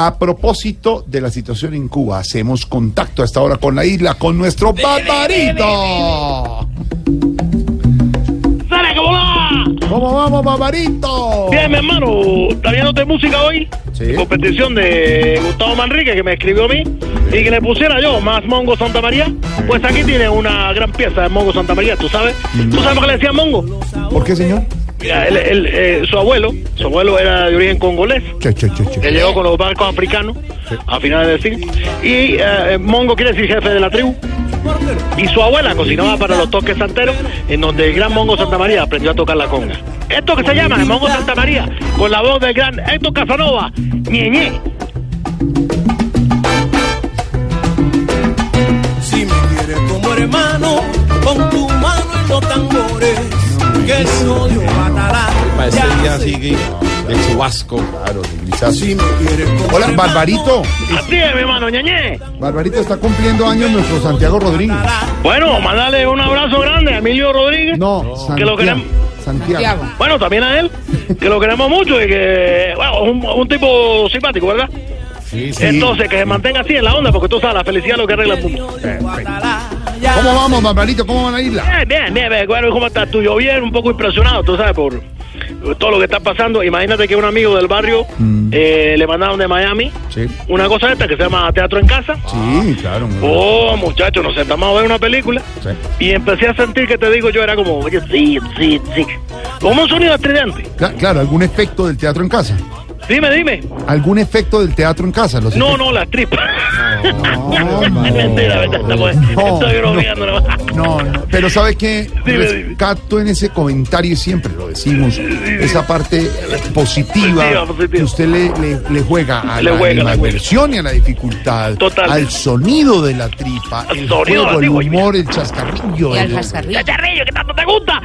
A propósito de la situación en Cuba, hacemos contacto hasta ahora con la isla, con nuestro Barbarito. ¡Sale, que volá! ¿Cómo vamos, Barbarito? Bien, mi hermano, trayéndote música hoy. Sí. Por petición de Gustavo Manrique, que me escribió a mí. Y que le pusiera yo, más Mongo Santa María. Pues aquí tiene una gran pieza de Mongo Santa María, ¿tú sabes? ¿Tú sabes por qué le decían Mongo? ¿Por qué, señor? Mira, él- él, eh, su abuelo, su abuelo era de origen congolés. Che, che, che, che. que llegó con los barcos africanos a finales del siglo. Y eh, Mongo quiere decir jefe de la tribu. Y su abuela cocinaba para los toques santeros, en donde el gran Mongo Santa María aprendió a tocar la conga. Esto que se llama el Mongo Santa María, con la voz del gran Héctor Casanova, ñeñe. Si me quieres como hermano, pon tu mano en los tambores. Que el odio matará. Ya sé. el chubasco. Claro, de grisazo. Si me quieres como Hola, hermano, Barbarito. Así es, mi hermano, ñeñe. Barbarito está cumpliendo años nuestro Santiago Rodríguez. Bueno, mandarle un abrazo grande a Emilio Rodríguez. No, Que lo Santiago. queremos. Santiago. Bueno, también a él, que lo queremos mucho y que, bueno, un, un tipo simpático, ¿verdad? Sí, sí. Entonces, que se mantenga así en la onda, porque tú sabes, la felicidad es lo que arregla el mundo. matará. Ya ¿Cómo vamos, Barbarito? ¿Cómo va la isla? Bien, Eh, bien, bien, bien. Bueno, ¿cómo estás tú? Yo bien, un poco impresionado, tú sabes, por todo lo que está pasando. Imagínate que un amigo del barrio eh, le mandaron de Miami Mm. Sí. una cosa esta que se llama Teatro en Casa. Sí, claro. muy bien. Oh, muchachos, nos sentamos a ver una película Sí. y empecé a sentir que te digo yo era como, oye, sí, sí, sí. Como un sonido estridente. Cla- Claro, algún efecto del teatro en casa. Dime, dime. ¿Algún efecto del teatro en casa? Los No, efectos- no, las tripas. No, es mentira, ¿verdad? Estamos- No, estoy no. bromeando nomás. No, no, pero ¿sabe qué? Dime, Rescato en ese comentario, y siempre lo decimos, esa parte eh, positiva, Positiva, positiva. que usted le, le- le juega a la Le juega, le juega. animadversión y a la dificultad, Total. al sonido de la tripa, Al el sonido, juego, el digo, y mira. humor, el chascarrillo. Y al el- chascarrillo. Chicharrillo, este que tanto te gusta.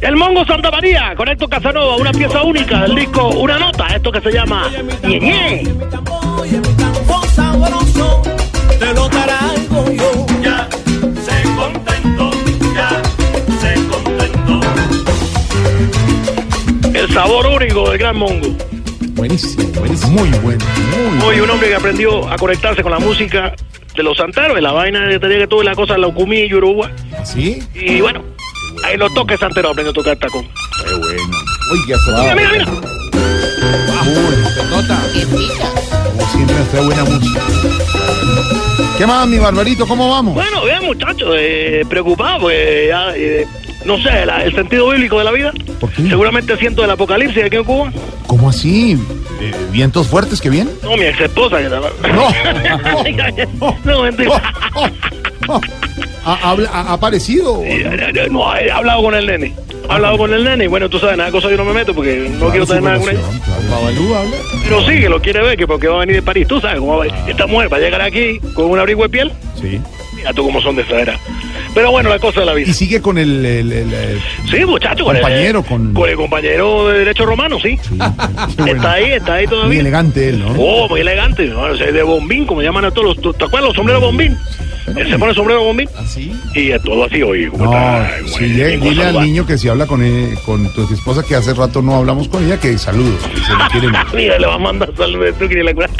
El Mongo Santa María, con Héctor Casanova, una pieza única del disco Una Nota, esto que se llama Ñeñe. mi tambor, oye, mi tambor sabroso, te lo traigo yo. Ya se contento, ya se contento. El sabor único del gran Mongo. Buenísimo, buenísimo. Muy bueno, muy bueno. Hoy un hombre que aprendió a conectarse con la música de los santeros, y la vaina de tenía que tuve la cosa de la Ucumí y Uruguay. ¿Sí? Y bueno, ahí los toques santeros aprendió a tocar tacón. Qué bueno. Mira, mira, mira. Como siempre nos trae buena música. ¿Qué más, mi barbarito? ¿Cómo vamos? Bueno, bien, muchachos, eh, preocupado, porque ya, eh, no sé, la- el sentido bíblico de la vida. ¿Por qué? Seguramente siento el apocalipsis aquí en Cuba. ¿Cómo así? Eh, ¿Vientos fuertes que vienen? No, mi ex esposa. Que estaba... No. No, mentira. Oh, oh. ¿Ha, habla- ha- ha aparecido? No, he hablado con el nene. He hablado con el nene y bueno, tú sabes, nada cosa yo no me meto porque no quiero tener nada con él. Babalú habla. Pero sí, que lo quiere ver, que porque va a venir de París. Tú sabes cómo va a venir. Esta mujer va a llegar aquí con un abrigo de piel. Sí. Mira tú cómo son de esa era. Pero bueno, la cosa de la Y vida. sigue con el. el- el- el- Sí, muchacho. Compañero, con con- el, el compañero de Derecho Romano, sí. qué bueno. Está ahí, está ahí Muy todavía. elegante él, ¿no? Oh, muy elegante. ¿no? O sea, de bombín, como llaman a todos los. ¿tú- ¿Te acuerdas los sombreros bombín? Él se pone sombrero bombín ¿Así? y es todo así hoy. ¿Ah, No, sí, dile, dile al niño que si habla con, él- con tu esposa, que hace rato no hablamos con ella, que saludos, que se le quieren. Mira, le va a mandar saludos tú que ni le acuerdas.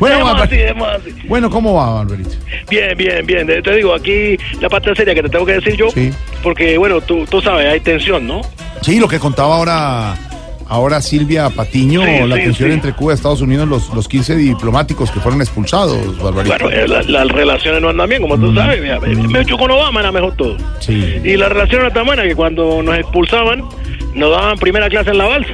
Bueno, Dejemos Barbar- así, dejemos así. bueno, ¿cómo va, Barbarito? Bien, bien, bien. Te- Te digo, aquí la parte seria que te tengo que decir yo. Sí. Porque, bueno, tú, tú sabes, hay tensión, ¿no? Sí, lo que contaba ahora ahora Silvia Patiño, Sí, la sí, tensión sí. entre Cuba y Estados Unidos, los, los 15 diplomáticos que fueron expulsados, Barbarito. Bueno, eh, la- las relaciones no andan bien, como tú sabes. Mira, eh, México con Obama era mejor todo. Mm. Sí. Y la relación era tan buena que cuando nos expulsaban, nos daban primera clase en la balsa.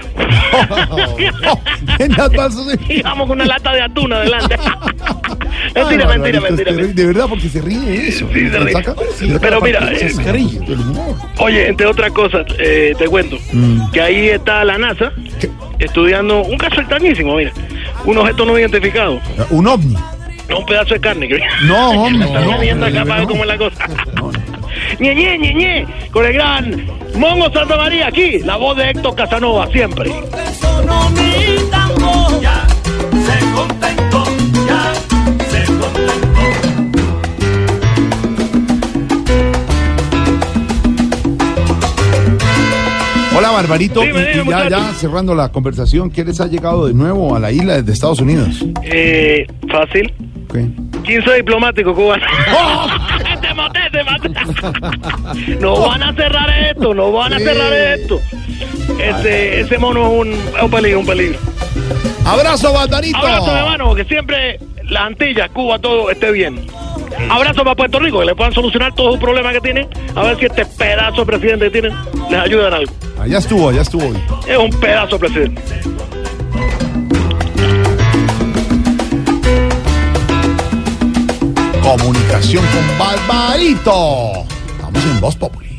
En las balsas de- Íbamos con una lata de atún adelante. Ay, mentira, mentira, Barbarito, es mentira, terrible. mentira. De verdad, porque se ríe de eso. Sí, se Lo ríe. saca- Sí, pero saca mira, parte del eh, chascarrillo, del humor. Oye, entre otras cosas, eh, te cuento que ahí está la NASA Mm. ¿Qué? estudiando un caso extrañísimo, mira. un objeto no identificado. Un ovni. No, un pedazo de carne. que- No, no, no. Estás viendo acá para ver cómo es la cosa. Ñe, Ñe, Ñe, Ñe, con el gran Mongo Santa María aquí, la voz de Héctor Casanova, siempre. sonó mi tambor. Ya se contentó, ya se contentó. Hola, Barbarito. Dime, y- dime, y ya, muchacho. ya cerrando la conversación, ¿qué les ha llegado de nuevo a la isla desde Estados Unidos? Eh, fácil. ¿Qué? 15 diplomáticos cubanos. te maté, te maté. este no van a cerrar esto, no van a Sí. cerrar esto. Ese, ese mono es un, es un peligro, un peligro. ¡Abrazo, Barbarito! Abrazo, hermano, que siempre las Antillas, Cuba, todo esté bien. Abrazo para Puerto Rico, que le puedan solucionar todos los problemas que tienen. A ver si este pedazo de presidente que tienen les ayuda en algo. Allá Ah, estuvo, allá estuvo hoy. Es un pedazo de presidente. Comunicación con Barbarito. Vamos en Voz Populi.